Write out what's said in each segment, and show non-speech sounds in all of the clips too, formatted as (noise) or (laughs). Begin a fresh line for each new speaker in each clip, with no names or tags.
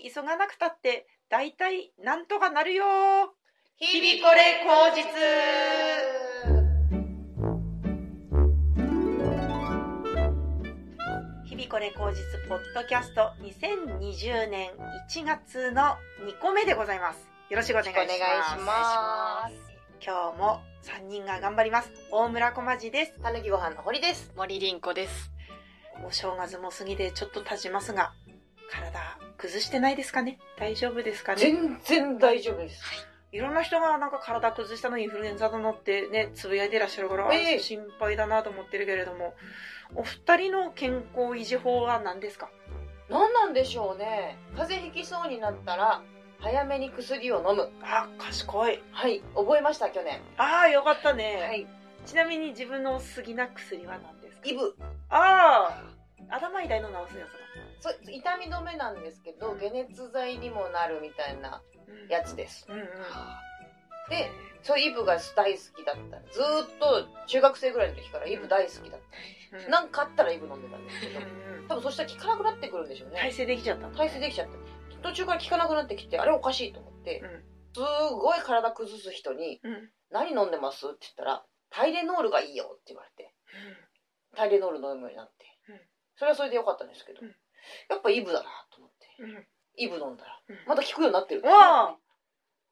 急がなくたって大体なんとかなるよ
日々これ口実
日々これ口実ポッドキャスト2020年1月の2個目でございますよろしくお願いします
お願いします
今日も3人が頑張ります大村小まじです
たぬきご飯の堀です
森凛子です。
お正月も過ぎでちょっと経ちますが体崩してないですかね大丈夫ですかね
全然大丈夫です
いろんな人がなんか体崩したのインフルエンザだのってねつぶやいてらっしゃるから、
ええ
心配だなと思ってるけれどもお二人の健康維持法は何ですか
何なんでしょうね風邪ひきそうになったら早めに薬を飲む
あ賢い
はい覚えました去年
ああよかったね、
い
ちなみに自分の好きな薬は何ですか
イブ
ああ頭痛いの治すやつ
そう痛み止めなんですけど解熱剤にもなるみたいな
だ、うん、
やつです
うんうん
でそうイブが大好きだったずーっと中学生ぐらいの時からイブ大好きだっ
う
た
ん
なんかあったらイブ飲んでたんですけど
うんうん
多分そしたら効かなくなってくるんでしょうね
体制できちゃったの
体勢できちゃって途中から効かなくなってきてあれおかしいと思って、
うん
すごい体崩す人に
うん、
「何飲んでます?」って言ったら「タイレノールがいいよ」って言われてタイレノール飲むようになって、
うん
それはそれでよかったんですけど、
うん
やっぱイブだなと思って
うんうん
イブ飲んだら
うん
また効くようになってるんですね
わあ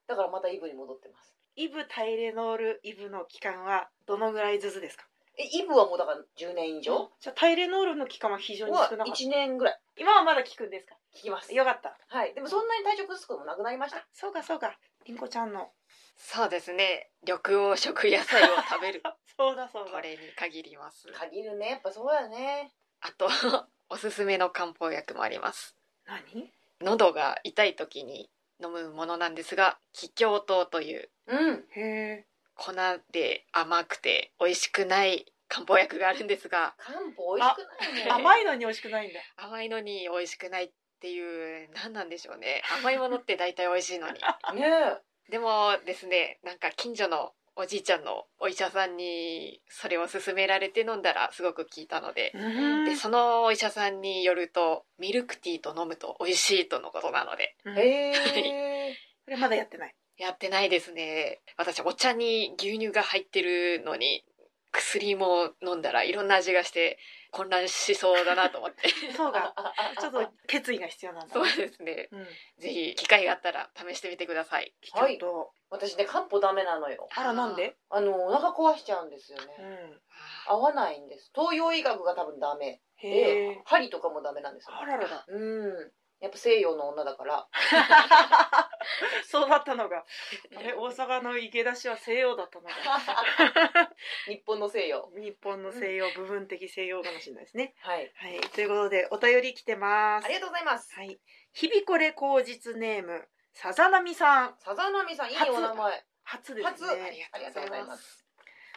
だからまたイブに戻ってます
イブタイレノールイブの期間はどのぐらいずつですか
えイブはもうだから10年以
じ
上
ゃあタイレノールの期間は非常に
は
少なかった
1年ぐらい
今はまだ効くんですか
効きます
よかった
はいでもそんなに体調崩すこともなくなりまし
あ
た
そうかそうかりんこちゃんの。
そうですね。緑黄色野菜を食べる
あそうだ (laughs) そうだ
これに限ります。
限るねやっぱそうだね
あと、 (laughs) おすすめの漢方薬もあります。
何
喉が痛い時に飲むものなんですが、気胸糖という
うん
へえ
粉で甘くて美味しくない漢方薬があるんですが、
漢方美味しくないね
甘いのに美味しくないんだ
甘いのに美味しくないっていう、何なんでしょうね。甘いものって大体美味しいの
(laughs)
に。
ねえ
でもですねなんか近所のおじいちゃんのお医者さんにそれを勧められて飲んだらすごく効いたので
う
で
ん
そのお医者さんによるとミルクティーと飲むと美味しいとのことなので
へえ。
これまだやって (laughs) ない
やってないですね私お茶に牛乳が入ってるのに薬も飲んだらいろんな味がして混乱しそうだなと思って
そうかち
ち
ょっと決意が必要なんだ
そうですね
うん
ぜひ機会があったら試してみてください
聞くと
私ね漢方ダメなのよ。
あらなんで
あのお腹壊しちゃうんですよね。
うん
合わないんです。東洋医学が多分ダメ
へ
で
え、
針とかもダメなんですよ。
あらら (laughs) ら
うん。やっぱ西洋の女だから。
そうだったの (laughs) があれ大阪の池田市は西洋だったのか (laughs)
日本の西洋。
日本の西洋、部分的西洋かもしれないですね。
はい。
はい、ということでお便り来てます。
ありがとうございます。
はい、日々これ口実ネームさざなみさん
さざなみさんいいお名前。
初ですね。
初あり
ありがとうございます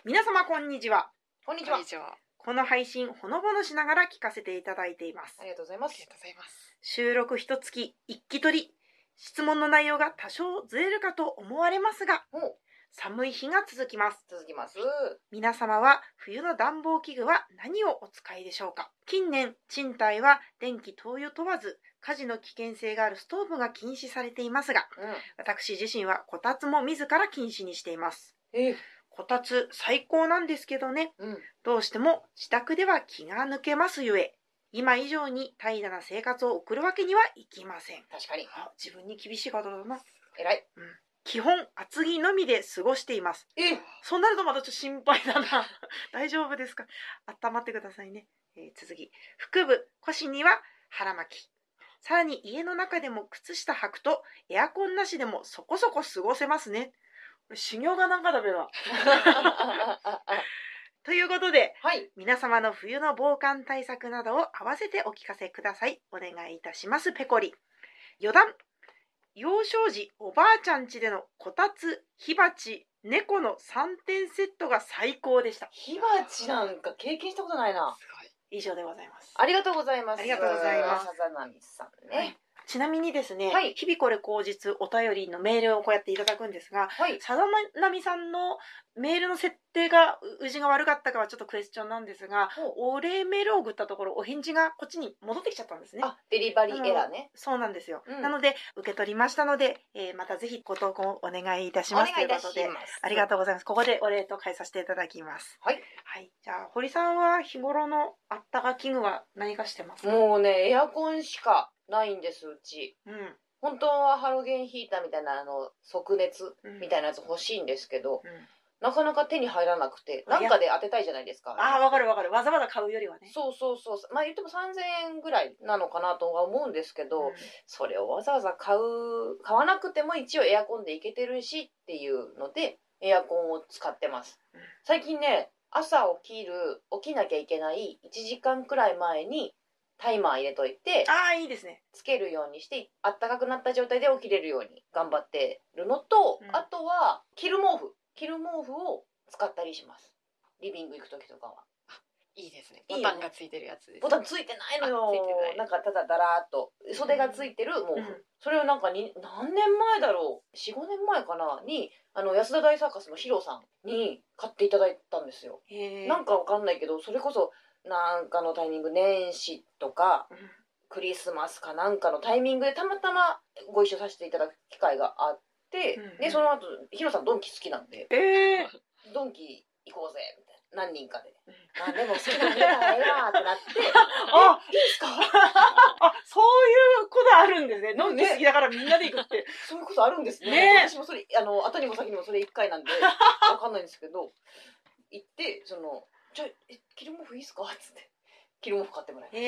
皆様こんにちは。
こんにち
こ
は
んに。ちはあ
この配信ほのぼのしながら聞かせていただいています
あ。りがとうございます
りが。とうございます
収録一月一気取り質問の内容が多少ずれるかと思われますが
お
寒い日が続きます。
続きます。
皆様は冬の暖房器具は何をお使いでしょうか近年賃貸は電気灯油問わず火事の危険性があるストーブが禁止されていますが
うん。
私自身はこたつも自ら禁止にしています
ええ。
こたつ最高なんですけどね
うん。
どうしても自宅では気が抜けますゆえ今以上に怠惰な生活を送るわけにはいきません
確かに。
あ自分に厳しい方だな
偉い。
基本厚着のみで過ごしています
え (laughs) え。
そうなるとまたちょっと心配だな。 (laughs) 大丈夫ですか温まってくださいね。えー続き。腹部、腰には腹巻き。さらに家の中でも靴下履くとエアコンなしでもそこそこ過ごせますね。これ修行がなんかダメだ。ということで、
はい。
皆様の冬の防寒対策などを合わせてお聞かせください。お願いいたします、ペコリ。余談。幼少時、おばあちゃん家でのこたつ、火鉢、猫の3点セットが最高でした。
火鉢なんか経験したことないな。
すごい
以上でございます。
ありがとうございます。
ありがとうございます
さざなみさんね。
ちなみにですね、
はい
日々これ口実お便りのメールをこうやっていただくんですが、
はい。
さだまなみさんのメールの設定がううじが悪かったかはちょっとクエスチョンなんですが、お礼メールを送ったところお返事がこっちに戻ってきちゃったんですね。
あ、デリバリーエラーね。
そうなんですよ。
うん
なので受け取りましたので、えーまたぜひご投稿をお願いいたしますということで、
ます
ありがとうございます。ここでお礼と変えさせていただきます。
はい。
はい。じゃあ堀さんは日頃のあったか器具は何がしてますか？
もうね、エアコンしかないんです、うち。
うん。
本当はハロゲンヒーターみたいな、あの、即熱
うん
みたいなやつ欲しいんですけ
う
ど、
ん
なかなか手に入らなくて、なんかで当てたいじゃないですか。
ああわかるわかる。わざわざ買うよりはね。
そうそうそう。まあ言っても3000円ぐらいなのかなとは思うんですけど、
うん
それをわざわざ買う、買わなくても一応エアコンでいけてるしっていうので、エアコンを使ってます
うん。
最近ね、朝起きる、起きなきゃいけない1時間くらい前にタイマー入れといて、
ああいいですね。
つけるようにして、あったかくなった状態で起きれるように頑張ってるのと、
うん
あとは、着る毛布。着る毛布を使ったりします。リビング行く時とかは。
いいですね。
い
ボ
いよね
タンがついてるやつです。
ボタンついてないの
あついてな
よ
い
なんかただだらーっと袖がついてる毛布、
うん
それをなんかに何年前だろう45年前かなにあの安田大サーカスのヒロさんに買っていただいたんですよ、
へえ。
なんかわかんないけどそれこそなんかのタイミング年始とか
うん
クリスマスかなんかのタイミングでたまたまご一緒させていただく機会があって、
うん
でその後ヒロさんドンキ好きなんで
ええ。
ドンキ行こうぜみたいな何人かで
うん
「まあでも好き
(laughs)
なんだからええわ」ってなって
あ
「いいっすか?」
あそういうことあるんですね。飲んで好きだからみんなで行くって。
そういうことあるんですね。
ねえ
私もそれ、あの、後にも先にもそれ一回な
(laughs)
んで、わかんないんですけど、行って、その、じゃあ、え、キルモフいいっすかつって、キルモフ買ってもらえた。
へ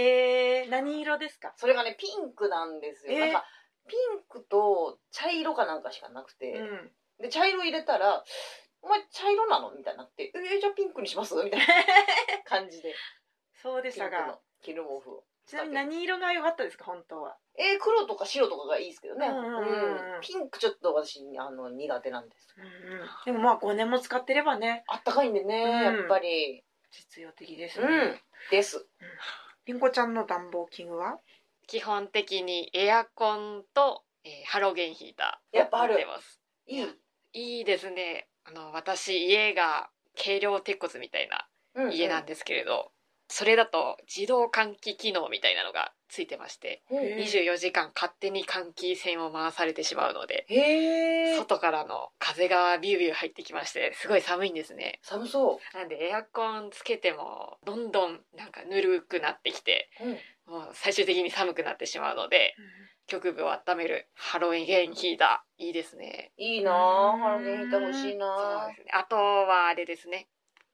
え。何色ですか？
それがね、ピンクなんですよ。
えー
なんか、ピンクと茶色かなんかしかなくて、
うん。
で、茶色入れたら、お前茶色なのみたいになって、え、じゃあピンクにします
(laughs)
みたいな感じで、
そうでし
ピン
た
ク
が
の。キルモフを。
ちなみに何色が良かったですか本当は。
えー黒とか白とかがいいですけどね。
うんうんうん
うんピンクちょっと私、あの、苦手なんです。
でもまあ五年も使ってればね
あったかいんでね、
うん
やっぱり。
実用的ですね。
うん。です。
りんごちゃんの暖房器具は？
基本的にエアコンと、えーハロゲンヒーター。
やっぱある
持てます。
いい。
いいですね。あの私家が軽量鉄骨みたいな
う
家なんですけれど、それだと自動換気機能みたいなのがついてまして、
うん
へえ
24時間勝手に換気扇を回されてしまうので、
へえ。
外からの風がビュービュー入ってきましてすごい寒いんですね
寒そ
なんでエアコンつけてもどんどんなんかぬるくなってきて
う。うん。
もう最終的に寒くなってしまうので局部を温めるハロウィンゲンヒーターいいですね
いいなあ。
うん
ハロゲン行ってほしいな
そう
あ
で。すねあとはあれですね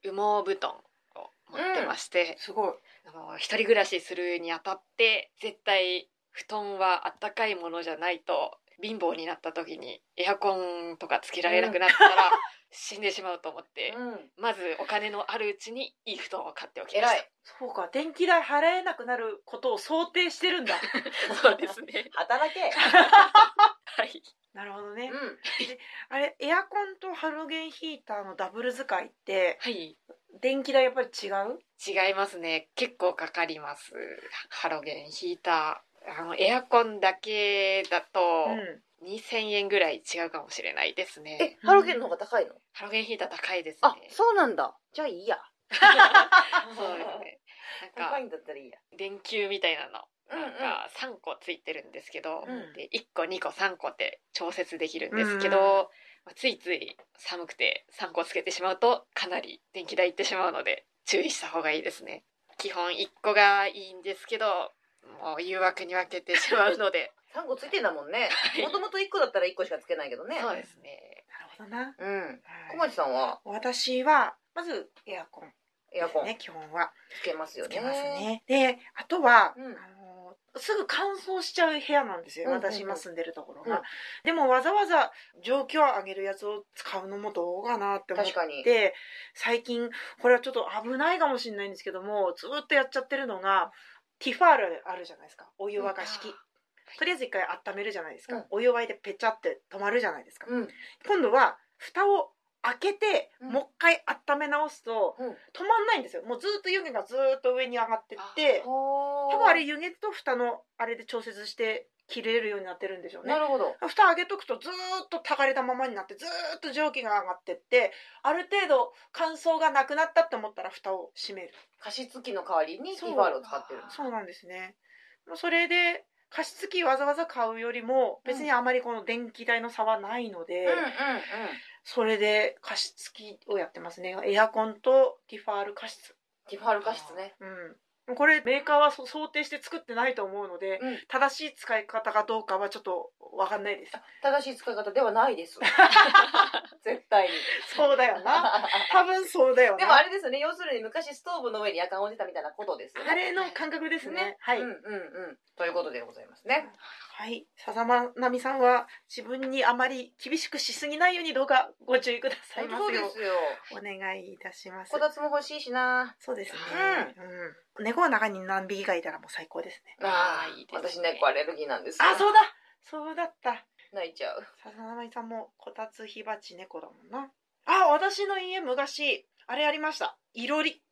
羽毛布団を持ってまして、
すごい。
あの一人暮らしするにあたって絶対布団はあったかいものじゃないと貧乏になった時にエアコンとかつけられなくなったら死んでしまうと思って、
うん。
まずお金のあるうちにいい布団を買っておきまし
偉
た
い。
そうか電気代払えなくなることを想定してるん
(laughs)
だ。
(laughs) そうですね
働け。
はい
なるほどね。
うん。
あれエアコンとハロゲンヒーターのダブル使いって
はい
電気代やっぱり違う？
違いますね結構かかりますハロゲンヒーターあのエアコンだけだ
う
と
ん。
2000円ぐらい違うかもしれないですね、
え、ハロゲンの方が高いの
ハロゲンヒーター高いですね
あ、そうなんだ。じゃあいいや。
そうですねなんか
高いんだったらいいや。
電球みたいなの
うんうん
なんか3個ついてるんですけど、
うん
で1個2個3個って調節できるんですけど、
うんうん
まあついつい寒くて3個つけてしまうとかなり電気代いってしまうので注意した方がいいですね基本1個がいいんですけどもう誘惑に分けてしまうので
3個ついてんだもんね。もともと1個だったら1個しかつけないけど (laughs) ね。
そうですね
なるほどな。
うん。小町さんは
私はまずエアコン
エアコン
ね基本は。
つけますよ
つ
ね。
けますね。で、あとは、
うん
あのすぐ乾燥しちゃう部屋なんですよ。
うんうんうん
私今住んでるところが。
うん
でもわざわざ蒸気を上げるやつを使うのもどうかなって思っ
確かに。
て、最近これはちょっと危ないかもしれないんですけども、ずーっとやっちゃってるのが、ティファールあるじゃないですか。お湯沸かし器。
うん
とりあえず一回温めるじゃないですか。
うん
お湯沸いてペチャって止まるじゃないですか。
うん。
今度は蓋を開けて、
うん
もう一回温め直すと、
うん
止まんないんですよ。もうずーっと湯気がずーっと上に上がってって、
多
多分あれ湯気と蓋のあれで調節して切れるようになってるんでしょうね
なるほど。
蓋上げとくとずーっとたがれたままになってずーっと蒸気が上がってってある程度乾燥がなくなったって思ったら蓋を閉める
加湿器の代わりにティファールを使ってるんです。
そうなんですねもうそれで加湿器わざわざ買うよりも別にあまりこの電気代の差はないので、それで加湿器をやってますねエアコンとティファール加湿
ティファール加湿ね。
うんこれメーカーはそ想定して作ってないと思うので、
うん
正しい使い方かどうかはちょっとわかんないです
正しい使い方ではないです。絶対に。
そうだよな (laughs) 多分そうだよな
(laughs) でもあれですよね。要するに昔ストーブの上に夜間を置いてたみたいなことですよ
あ
ね。
れの感覚ですね。
ね
はい、
うんうんうん。ということでございますね。
はい。笹間奈美さんは自分にあまり厳しくしすぎないようにどうかご注意ください
本
ま
当
す
そうで
よう。
す
お
よ。
願いいたします
こ。たつも欲しいしな。
そうですね。うん。猫の中に何匹がいたらもう最高ですね。
あ
ー
ーいいです
私
ね
猫アレルギーなんですよ。
あ、そうだ。そうだった。
泣いちゃう。
笹間奈美さんもこたつ火鉢猫だもんな。あ、私の家昔あれありました。いろり。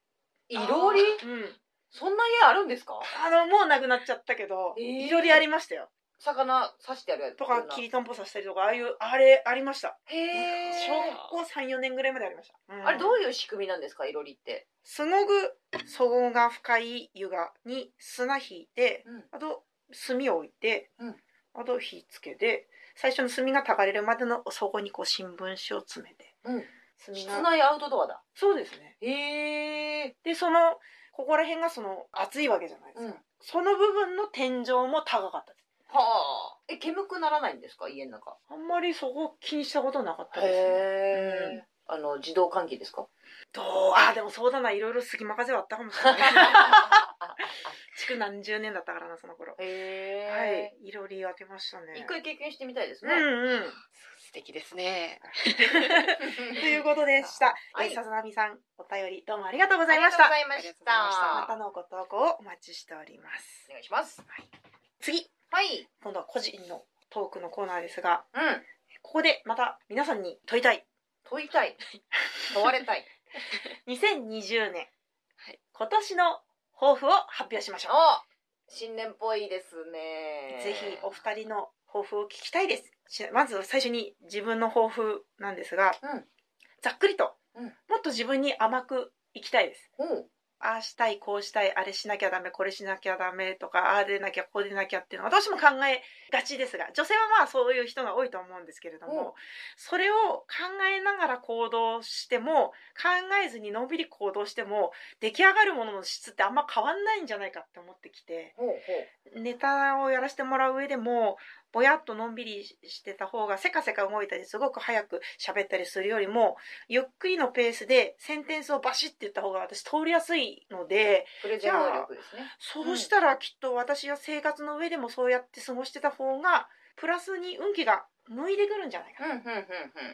いろり
うん。
そんな家あるんですか
あのもうなくなっちゃったけど、
えー
いろりありましたよ。
魚刺してあるやつ。
とかきりたんぽさせたりとかああいうあれありました。
へえ。
小学校三四年ぐらいまでありました。うん
あれどういう仕組みなんですかいろりって。
すごく底が深い湯がに砂引いて、
うん
あと炭を置いて、
うん
あと火つけて最初の炭がたがれるまでの底にこう新聞紙を詰めて
うん。
炭
室
が
内アウトドアだ。
そうですね
へえ。
でそのここら辺がその熱いわけじゃないです
う
か、
ん。
その部分の天井も高かったです
はあ。え、煙くならないんですか家の中。
あんまりそこ気にしたことなかったですね
へえ。あの、自動換気ですか
どうあーでもそうだないろいろ隙間風はあったかもしれない
(laughs)
築何十年だったからなその頃
へ
は
え
い。いろり当てましたね
一回経験してみたいです
う
(laughs) ね。
んうん
素敵ですね。
ということでした。
はい
えー、さざなみさん、お便りどうもありがとうござ
あ
い
り
ま
が
し
とう
た
ご。ざいまし
ま
た。
たのご投稿をお待ちしております
お。願いします。
次、
はい。
今度は個人のトークのコーナーですが、
うん。
ここでまた皆さんに問いたい。
問いた (laughs) い。問われたい。
2020年、
はい
今年の抱負を発表しましょ
あ新年っぽいですね
う。。ぜひお二人の抱負を聞きたいです。しまず最初に自分の抱負なんですが、
うん
ざっくりと、
うん
もっと自分に甘くいきたいです。
おう
ああしたいこうしたいあれしなきゃダメこれしなきゃダメとかああでなきゃこうでなきゃっていうのはどうしても考えがちですが女性はまあそういう人が多いと思うんですけれど
うん
もそれを考えながら行動しても考えずにのんびり行動しても出来上がるものの質ってあんま変わんないんじゃないかって思ってきて
ほうほう。
ネタをやらせてもらう上でもぼやっとのんびりしてた方がせかせか動いたりすごく早く喋ったりするよりもゆっくりのペースでセンテンスをバシッて言った方が私通りやすいので。
プレゼン能力ですね。
そうしたらきっと私は生活の上でもそうやって過ごしてた方がプラスに運気が向いてくるんじゃないか
うんうんうんうん。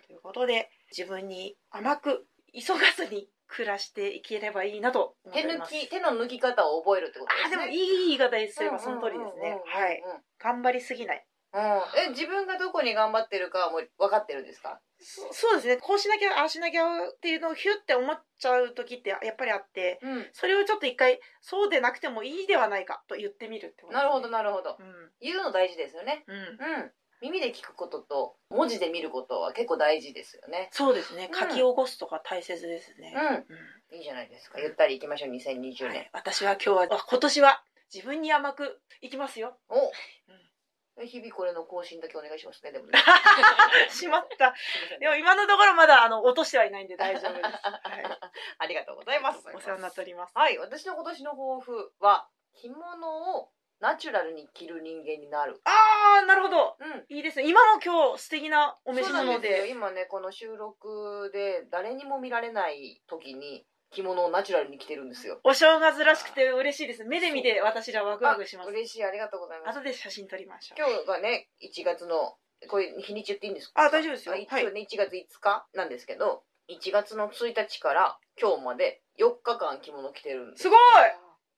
ということで自分に甘く急がずに暮らしていければいいなと思っ
手
ており
抜
ます。
き手の抜き方を覚えるってこと
あーで
で
す
ね。
もいい言い方ですればそ
うんう
の
ん
通
うん
り
うん
ですね。はい。頑張りすぎない。
うん。え自分がどこに頑張ってるかはもう分かってるんですか。
そそうですね。こうしなきゃああしなきゃっていうのをヒュって思っちゃう時ってやっぱりあって、
うん。
それをちょっと一回そうでなくてもいいではないかと言ってみるってことですね
なるほど。なるほど。
う
言うの大事ですよね。
ん。うん。
うん。耳で聞くことと文字で見ることは結構大事ですよね。
そうですね。
うん
書き起こすとか大切ですね。
う
うん
ん。いいじゃないですか。ゆったり行きましょう。2020
は
年
い。、私は今日はあ今年は自分に甘くいきます
(laughs)
よ
お。え日々これの更新だけお願いしますね。でもね。
しまった
すいません
でも今のところまだあの落としてはいないんで大丈
(laughs)
夫です、は
ありがとうございます。
い、お世話になっております
はい、私の今年の抱負は着物をナチュラルに着る人間になる。
あーなるほど
うん。
いいですね今も今日素敵なお召し
そうな
物
んですよ
で
今ねこの収録で誰にも見られない時に着物をナチュラルに着てるんですよ。
お正月らしくて嬉しいです目で見て私らワクワクします
あ嬉しいありがとうございます。
後で写真撮りましょう
今日がね1月のこれ日にち言っていいんですか。
あ大丈夫ですよ
あ一
はい
応ね1月5日なんですけど1月の1日から今日まで4日間着物着てるんです。
すごい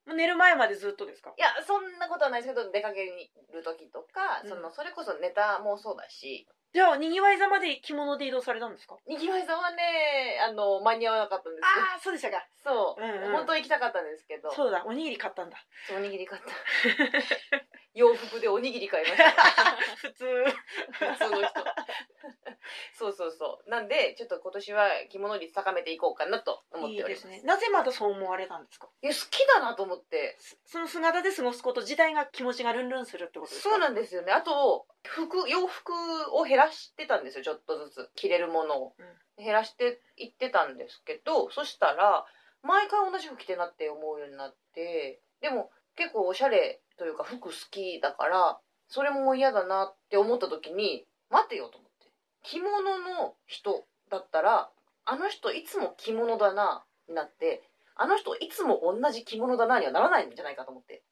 もう寝る前までずっとですか
いやそんなことはないですけど出かける時とか、
うん
そのそれこそネタもそうだし
じゃあにぎわいざまで着物で移動されたんですか
にぎわいさんはねあの間に合わなかったんです
ああそうでしたか
けどそう、
うんうん
本当は行きたかったんですけど (laughs)
そうだおにぎり買ったんだ
そうおにぎり買った (laughs) 洋服でおにぎり買いました
普通
普通の人そうそうそうなんでちょっと今年は着物率高めていこうかなと思
(laughs)
っ
いい
ており
で
ますす
ねなぜまたそう思われたんですか
いや好きだなと思って
すその姿で過ごすこと自体が気持ちがルンルンするってことですか
そうなんですよねあと服洋服を減らしてたんですよちょっとずつ着れるものを、減らしていってたんですけどそしたら毎回同じ服着てなって思うようになってでも結構おしゃれというか服好きだからそれも嫌だなって思った時に待てよと思って着物の人だったらあの人いつも着物だなになってあの人いつも同じ着物だなにはならないんじゃないかと思って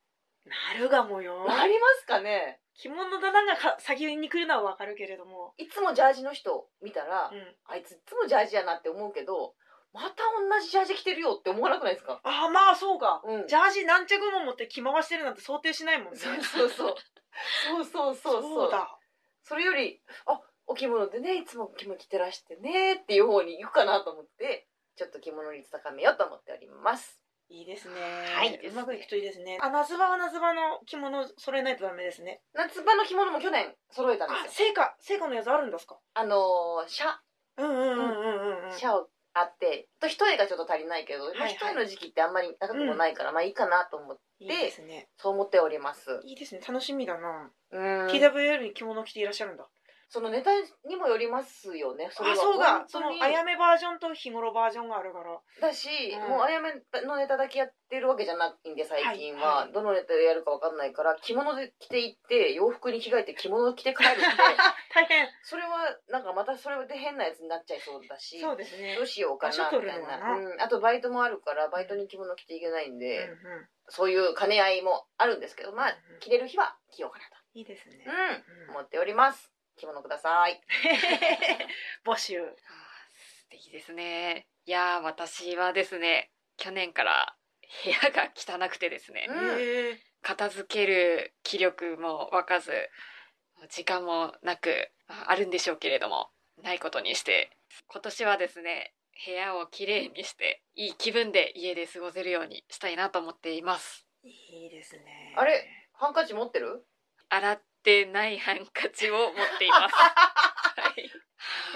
なるがも
(laughs)
よ
なりますかね
着物だなんか先に来るのはわかるけれども、
いつもジャージの人見たら、
うん、
あいついつもジャージやなって思うけどまた同じジャージ着てるよって思わなくないですか
ああまあそうか
うん
ジャージ何着も持って着回してるなんて想定しないもんね
そうそうそうそうそうそうそう
そうだ
それよりあお着物でねいつも着物着てらしてねっていう方に行くかなと思ってちょっと着物率高めようと思っております
いいですね
はい
ですねうまくいくといいですねあ夏場は夏場の着物揃えないとダメですね
夏場の着物も去年揃えたんで
あ
すよ
成果成果のやつあるんですか
あのーシャ
うんうんうんうんうんうん
シャをあってと一重がちょっと足りないけど、
いはい
一重の時期ってあんまり長くもないから、まあいいかなと思って
いいですね
そう思っております
いいですね楽しみだな、
うん
TWL に着物着ていらっしゃるんだ
そのネタにもよりますよね。それ
あ
は
そうかそ
本
の
当に
あやめバージョンと日頃バージョンがあるから
だし、
うん
もうあやめのネタだけやってるわけじゃないんで最近は、
はいはい
どのネタでやるかわかんないから着物で着ていって洋服に着替えて着物を着て帰るって
(laughs) 大変
それはなんかまたそれで変なやつになっちゃいそうだし。
そうですね
どうしようかな
場所取
み
る
たい
のは
な
な
うん、あとバイトもあるからバイトに着物着ていけない
う
ん
んう
で、
ん
そういう兼ね合いもあるんですけどまあ
うん
着れる日は着ようか
いいですね、
なと、
う
うんん、思っております着物ください
募集
あー素敵ですね。いやー、私はですね、去年から部屋が汚くてですね
う、ん
へえ
片付ける気力も湧かず、時間もなく、まああるんでしょうけれども、ないことにして、今年はですね、部屋をきれいにして、いい気分で家で過ごせるようにしたいなと思っています。
いいですね
あれハンカチ持ってる
洗ってないハンカチを持って
(laughs)
います。はい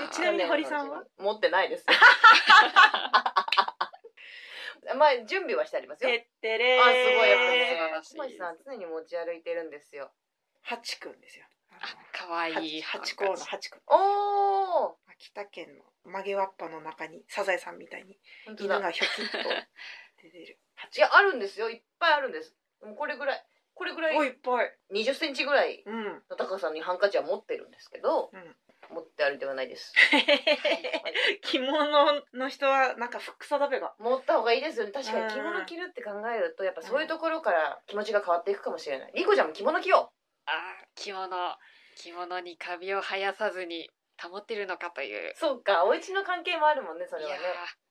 えちなみに堀さんは
持ってないです。 (laughs) まあ準備はしてありますよ。
てってれー
あすごいやっぱね
えー。
小森さん常に持ち歩いてるんですよ。
ハチくんですよ
あ可愛いハ
ハ
ンカチ
チ公のハチくん
おお。
秋田県の曲げわっぱの中にサザエさんみたいに
本当
犬
だ。
がひょきっと出て (laughs) るハ
い
チ
やあるんですよ。いっぱいあるんです。もうこれぐらいこれぐら
公い
い
っぱい
二十センチぐらい
うん (laughs) うん
の高さにハンカチは持ってるんですけど、持って歩いてはないです。はい
着物の人はなんかふっくさだべが
持った方がいいですよね。確か
うん
に着物着るって考えるとやっぱそういうところから気持ちが変わっていくかもしれない。リコちゃんも着物着よ
あ着物着物にカビを生やさずに保ってるのかという
う。そうか。お家の関係もあるもんね。そ
い
れ
や
は
ー
ね。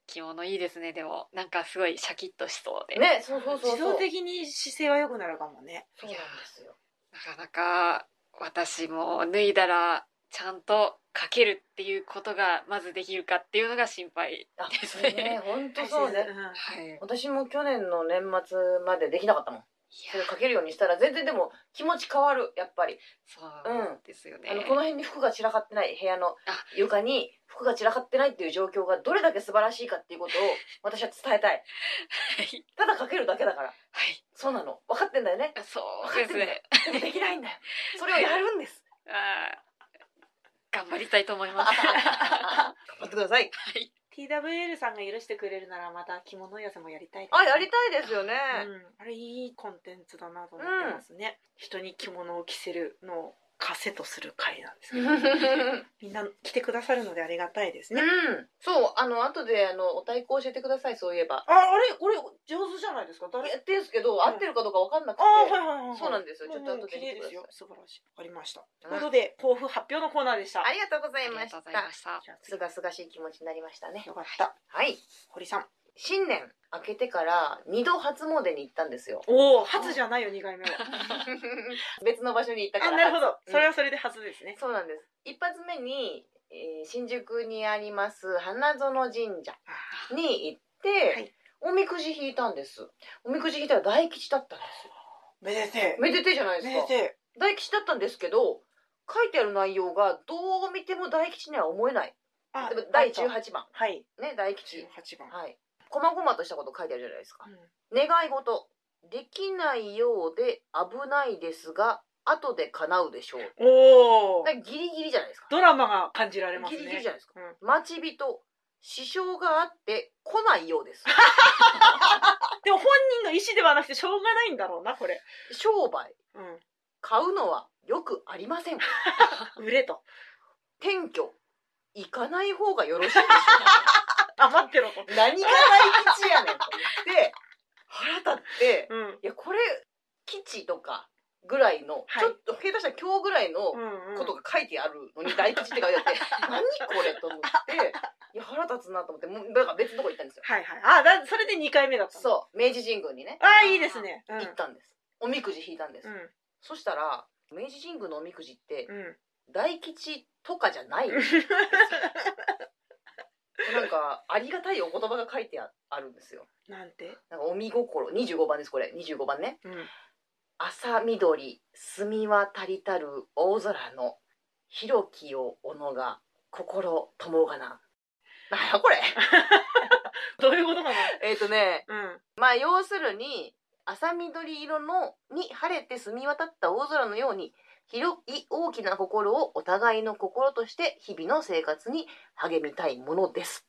着物いいですねでもなんかすごいシャキッとしそうで、
ね、そうそうそうそう。
自動的に姿勢は良くなるかもね
そうなんですよ。
なかなか私も脱いだらちゃんとかけるっていうことがまずできるかっていうのが心配
あ、
です
そ
ね
れね、本当そうね。
ん
はいい
私も去年の年末までできなかったもん。それ
や
かけるようにしたら全然でも気持ち変わるやっぱり。
そうですよね、
あのこの辺に服が散らかってない部屋の
あ
床に服が散らかってないっていう状況がどれだけ素晴らしいかっていうことを私は伝えたい。
はい、
ただかけるだけだから。
はい、
そうなの。分かってんだよね。
そうですね
でもできない
(laughs)
んだよ。それをやるんです。
あー頑張りたいと思います
頑張ってください。
TWL さんが許してくれるならまた着物寄せもやりたいですね
あ、やりたいですよね。
(laughs)
うん、あれいいコンテンツだなと思ってますね、人に着物を着せるのを枷とする会なんですけど (laughs) みんな着てくださるのでありがたいです
う
ね、
ん、そう、あの、後で、あの、お太鼓教えてください、そういえば。
ああれこれ上手じゃないですか誰
やってるんですけど、合ってるかどうかわかんなくて
あ。あはいはいはい、はい、
そうなんですよ
も
ちょっと後
もう
で
綺
見て
麗で
ください
すよ素晴らしいわかりました、
うん
ということで抱負発表のコーナーでした
ありがとうござ
あ
い
り
ま
が
し
とう
た
ございま。した
じゃ
すがすがしい気持ちになりましたね
あ。よかった
はい。
堀さん。
新年明けてから二度初詣に行ったんですよ
おお初じゃないよ2回目は
別の場所に行ったか
あ
ら。
なるほど
うん
それはそれで初ですね、
そうなんです。一発目に、えー新宿にあります花園神社
あー
に行って、
はい
おみくじ引いたんです。おみくじ引いたら大吉だったんですよ。
めでてえ
めでてえじゃないです
めで
か
て。え
大吉だったんですけど書いてある内容がどう見ても大吉には思えない
あ
例えば第
あ
18番
とはい
ね大吉
18番、
はい細々としたこと書いてあるじゃないですか
うん
願い事できないようで危ないですが後で叶うでしょう
おお
だからギリギリじゃないですか
ドラマが感じられます
ギ
ね
リギリじゃないですか
うん
待ち人支障があって来ないようです
でも本人の意思ではなくてしょうがないんだろうなこれ、
商売
う
買うのはよくありません
ん、売れと
転居行かない方がよろしいでしょ
あ待ってろと、
う何が大吉やねんと思って腹立って
うん、
いやこれ吉とかぐらいの、
はい
ちょっと下手したら今日ぐらいの
うんうん
ことが書いてあるのに大吉って書いてあって
(laughs)
何これと思っていや腹立つなと思ってもうだから別のとこ行ったんですよ
はいはいあだそれで二回目だったの
そう明治神宮にね
あいいですねうん
行ったんですおみくじ引いたんです、
う
そしたら明治神宮のおみくじって
んうん
大吉とかじゃないんですよなんかありがたいお言葉が書いてああるんですよ
なんて
なんかお見心25番ですこれ25番ね
うん
朝緑澄み渡りたる大空の広きをおのが心ともがななんやこれ
どういうことかな
(laughs) えっとね
うん
まあ要するに朝緑色のに晴れて澄み渡った大空のように広い大きな心をお互いの心として日々の生活に励みたいものです。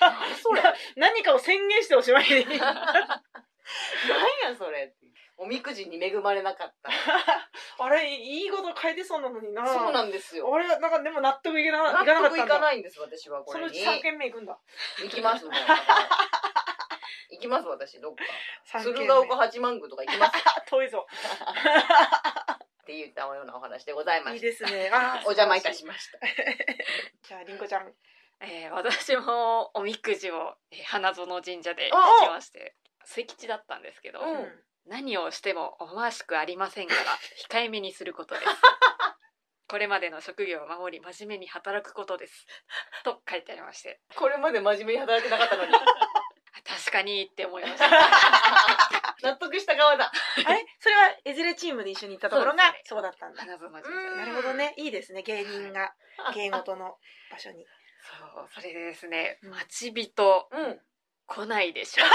何それ
な何かを宣言しておしまいで
何やそれおみくじに恵まれなか (laughs) った。
(laughs) あれいいこと書いてそうなのにな
そう
あ
なんですよ。
れなんかでも納得いけな
納
いかなかっ
得い
たん
か
だ
ないんです私はこ
そ
れ
のう
に。
ち3軒目行くんだ
行きますもん。行きます私どっか。
三軒目
鶴岡八幡宮とか行きますっ
あ遠いぞ
て言ったようなお話でございま
いい
し
ですねあ
た。お邪魔いたしました。
じゃありんこちゃん
えー私もおみくじをえー花園神社で引きまして末吉だったんですけど、
うん
何をしても思わしくありませ
(laughs)
んから控えめにすることですこれまでの職業を守り真面目に働くこと
(laughs)
ですと書いてありまして
これまで真面目に働いてな
(laughs)
かったのに
確かにって思いま
(laughs)
した
納得した側だ
あれそれはえずれチームで一緒に行ったところがそうだったんだ
花園神社で
うん
なるほどねいいですね芸人が芸事の場所に
そうそれでですね
うん
待ち人
うん
来ない
(laughs)
でしょう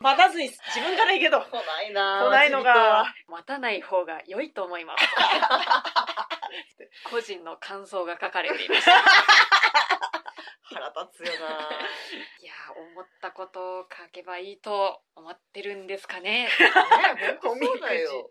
待たずに自分から行けと
来ないな
来ないのが
待たない方が良いと思
(laughs)
います個人の感想が書かれていました
腹立つよない
やー思ったことを書けばいいと思ってるんです
(laughs)
かね
ね本当そうだよ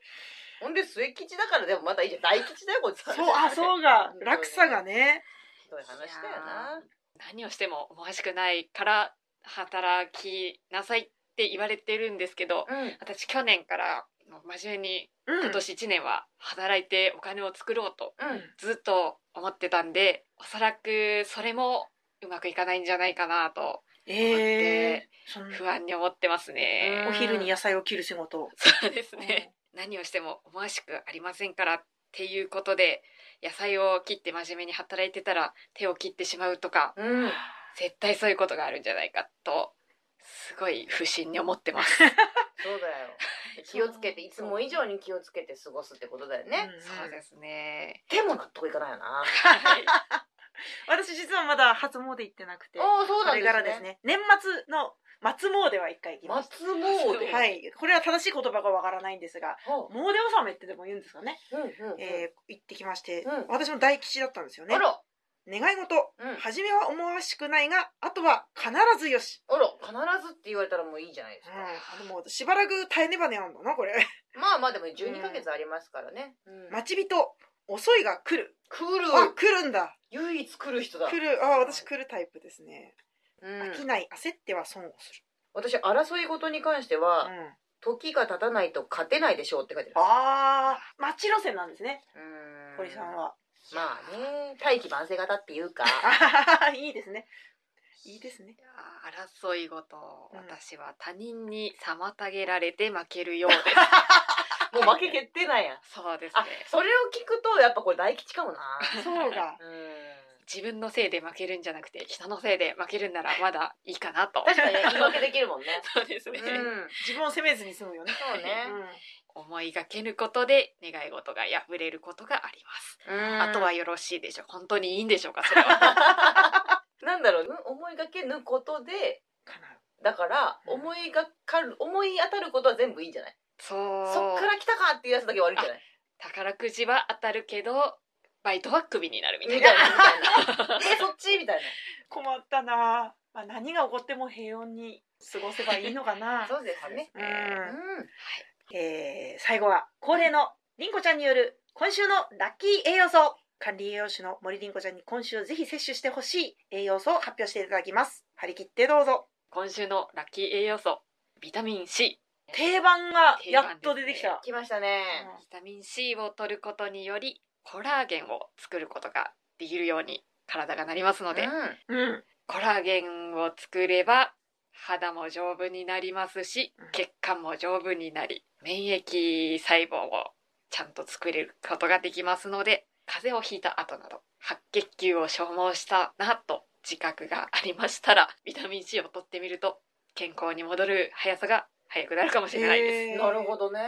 ほんで末吉だからでもまだいいじゃん大吉だよこいつ
そうあそうが落差がね
ひどい話だよな
何をしても思わしくないから働きなさいって言われてるんですけど
うん
私去年からもう真面目に
うん
今年1年は働いてお金を作ろうと
うん
ずっと思ってたんでおそらくそれもうまくいかないんじゃないかなと
ええその
不安に思ってますね。
お昼に野菜を切る仕事
そう (laughs) ですね、何をしても思わしくありませんからっていうことで野菜を切って真面目に働いてたら手を切ってしまうとか
うん
絶対そういうことがあるんじゃないかとすごい不審に思ってます
そうだよ気をつけていつも以上に気をつけて過ごすってことだよね
そうですすね
でも納得いかないよな
はい
私実はまだ初詣行ってなくて
おおそう
こ
なん
れからで
ですすね
ね年末の松詣は一回行きまし
松詣
たはいこれは正しい言葉がわからないんですが
は
詣納めってでも言うんですかね
あうんうんうん
えー行ってきまして
うん
私も大吉だったんですよね
あら
願い事
うん
初めは思わしくないがあとは必ずよし、
あら必ずって言われたらもういいじゃないですか、
うん、でもしばらく耐えねばねあんだなこれ (laughs)
まあまあでも12ヶ月ありますからね、うん
待ち人遅いが来る
来
あ
る
来るんだ
唯一来る人だ
来るあ私来るタイプですね、
うん
飽きない焦っては損をする、
私争い事に関して
う
は、
ん、
時が経たないと勝てないでしょうって書いてある
あー待ち路線なんですね
うん
堀さん (laughs) は
まあね大器晩成型っていうか
あーいいですねいいですね
いやー争いごと
うん
私は他人に妨げられて負け (laughs) るようです
もう負け決定なんや
そうですね
あそれを聞くとやっぱこれ大吉かもな
そうが
うん
自分のせいで負けるんじゃなくて人のせいで負けるんならまだいいかなと
確かにね言い訳できる
(laughs)
もんね
(laughs) そうですね、
うん
自分を責めずに済むよね。
そうね
思いがけぬことで願い事が破れることがあります、
うん
あとはよろしいでしょう本当にいいんでしょうかそれ (laughs) は
なんだろう思いがけぬことで
かな
だから
うん
思いがかる思い当たることは全部いいんじゃない
そう
そっから来たかっていうやつだけ悪いんじゃない
宝くじは当たるけどバイトはクビになるみ
み
た
た
い
い
な
なみたいな (laughs) えそっちみたい
困ったな。まあ何が起こっても平穏に過ごせばいいのかな (laughs)
な。そうですね
う。
うんん
えー最後は恒例のりんこちゃんによる今週のラッキー栄養素管理栄養士の森りんこちゃんに今週ぜひ摂取してほしい栄養素を発表していただきます張り切ってどうぞ
今週のラッキー栄養素ビタミン C
定番が
定
や
番
っと出てきた、
来ましたね
うん
ビタミン C を取ることによりコラーゲンを作ることができるように体がなりますので、
うん
うん
コラーゲンを作れば肌も丈夫になりますし
うん
血管も丈夫になり免疫細胞をちゃんと作れることができますので風邪をひいた後など白血球を消耗したなと自覚がありましたらビタミン C を取ってみると健康に戻る速さが速くなるかもしれないです。
えー
なるほどね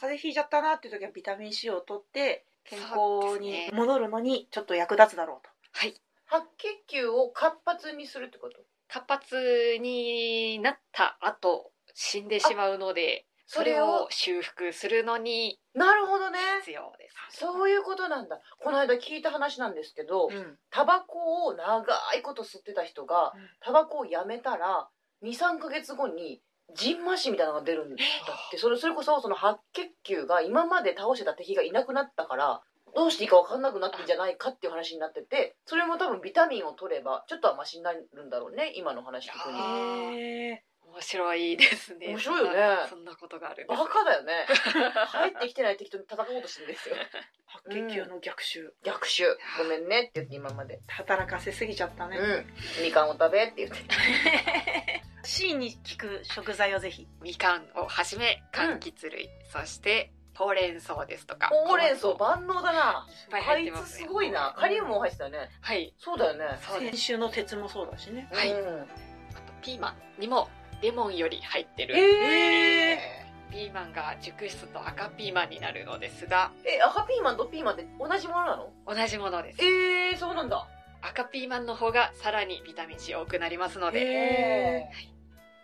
風邪ひいちゃったなっていう時はビタミン C を取って健
そう
康
ですね
に戻るのにちょっと役立つだろうと
はい
白血球を活発にするってこと
活発になった後死んでしまうのでそ
そ
れ
れ
を
を
修復するのに
なるほどね
必要です。
そういうことなんだこの間聞いた話なんですけど
うん
タバコを長いこと吸ってた人が
うん
タバコをやめたら23ヶ月後にジンマシンみたいなのが出るんだってそれそれこそその白血球が今まで倒してた敵がいなくなったからどうしていいか分かんなくなってんじゃないかっていう話になっててそれも多分ビタミンを取ればちょっとはマシになるんだろうね今の話聞く
いや
に
ー
へー
面白いですね。
面白いよね
そんなそんなことがあるんですね。
バカだよね入ってきてない敵と戦おうとしてるんですよ
白血球の逆襲、
逆襲ごめんねって言って今まで
働かせすぎちゃったね、
うんみかんを食べって言って
(laughs) C に効く食材をぜひ
みかんをはじめ柑橘類、そしてほうれん草ですとか。
ほうれん草万能だない
っ
ぱい
あ
入って
い
ま
つ
す
す
ね
ごいなカリウムも入ってたよね
はい。
そうだよね
そうで
先
す。
週の鉄もそうだしね
はい
うん
あとピーマンにもレモンより入ってる。
えー
ピーマンが熟すと赤ピーマンになるのですが、
え赤ピーマンとピーマンって同じものなの
同じものです。
えー、そうなんだ
赤ピーマンの方がさらにビタミン C 多くなりますので、
へ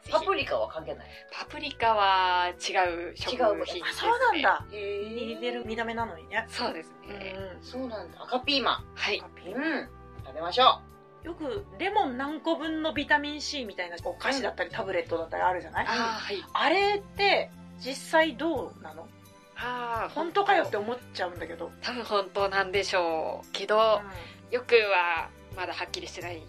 ぜひ
パプリカは関係ない
パプリカは違う食
違うもの
品です、ね
あ。そうなん。だ
へ
似てる見た目なのにね、
そうです
うん
ね。
そうなんだ赤ピーマ
はい。
ンうん食べましょ
よくレモン何個分のビタミン C みたいなお菓子だったりタブレットだったりあるじゃない
あーはい。
あれって実際どうなの
ああ
本当かよって思っちゃうんだけど、
多分本当なんでしょうけどよくはまだはっきりしてないん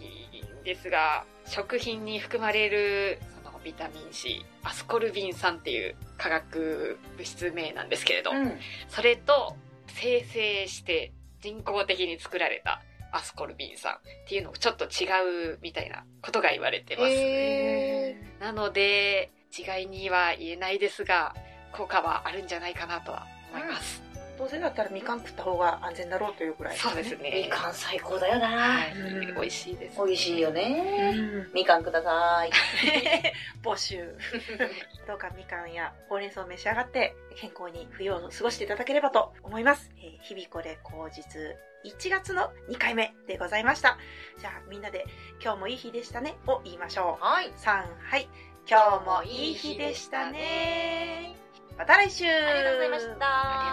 ですが食品に含まれるそのビタミン C アスコルビン酸っていう化学物質名なんですけれど、
ううん
それと生成して人工的に作られたアスコルビン酸っていうのをちょっと違うみたいなことが言われてます、
へー
なので違いには言えないですが効果はあるんじゃないかなとは思います、
どうせだったらみかん食った方が安全だろうというくらい、
そうですね
みかん最高だよな
はい、
うん
美味しいです、
美味しいよ
う
ね
ん
みかんください
(laughs) 募集どうかみかんやほうれん草を召し上がって健康に冬を過ごしていただければと思います、えー日々これ口実1月の2回目でございましたじゃあみんなで「今日もいい日でしたね」を言いましょう
はい
3はい今日もいい日でしたねまた来週
ありがとうございました
ありがとうございました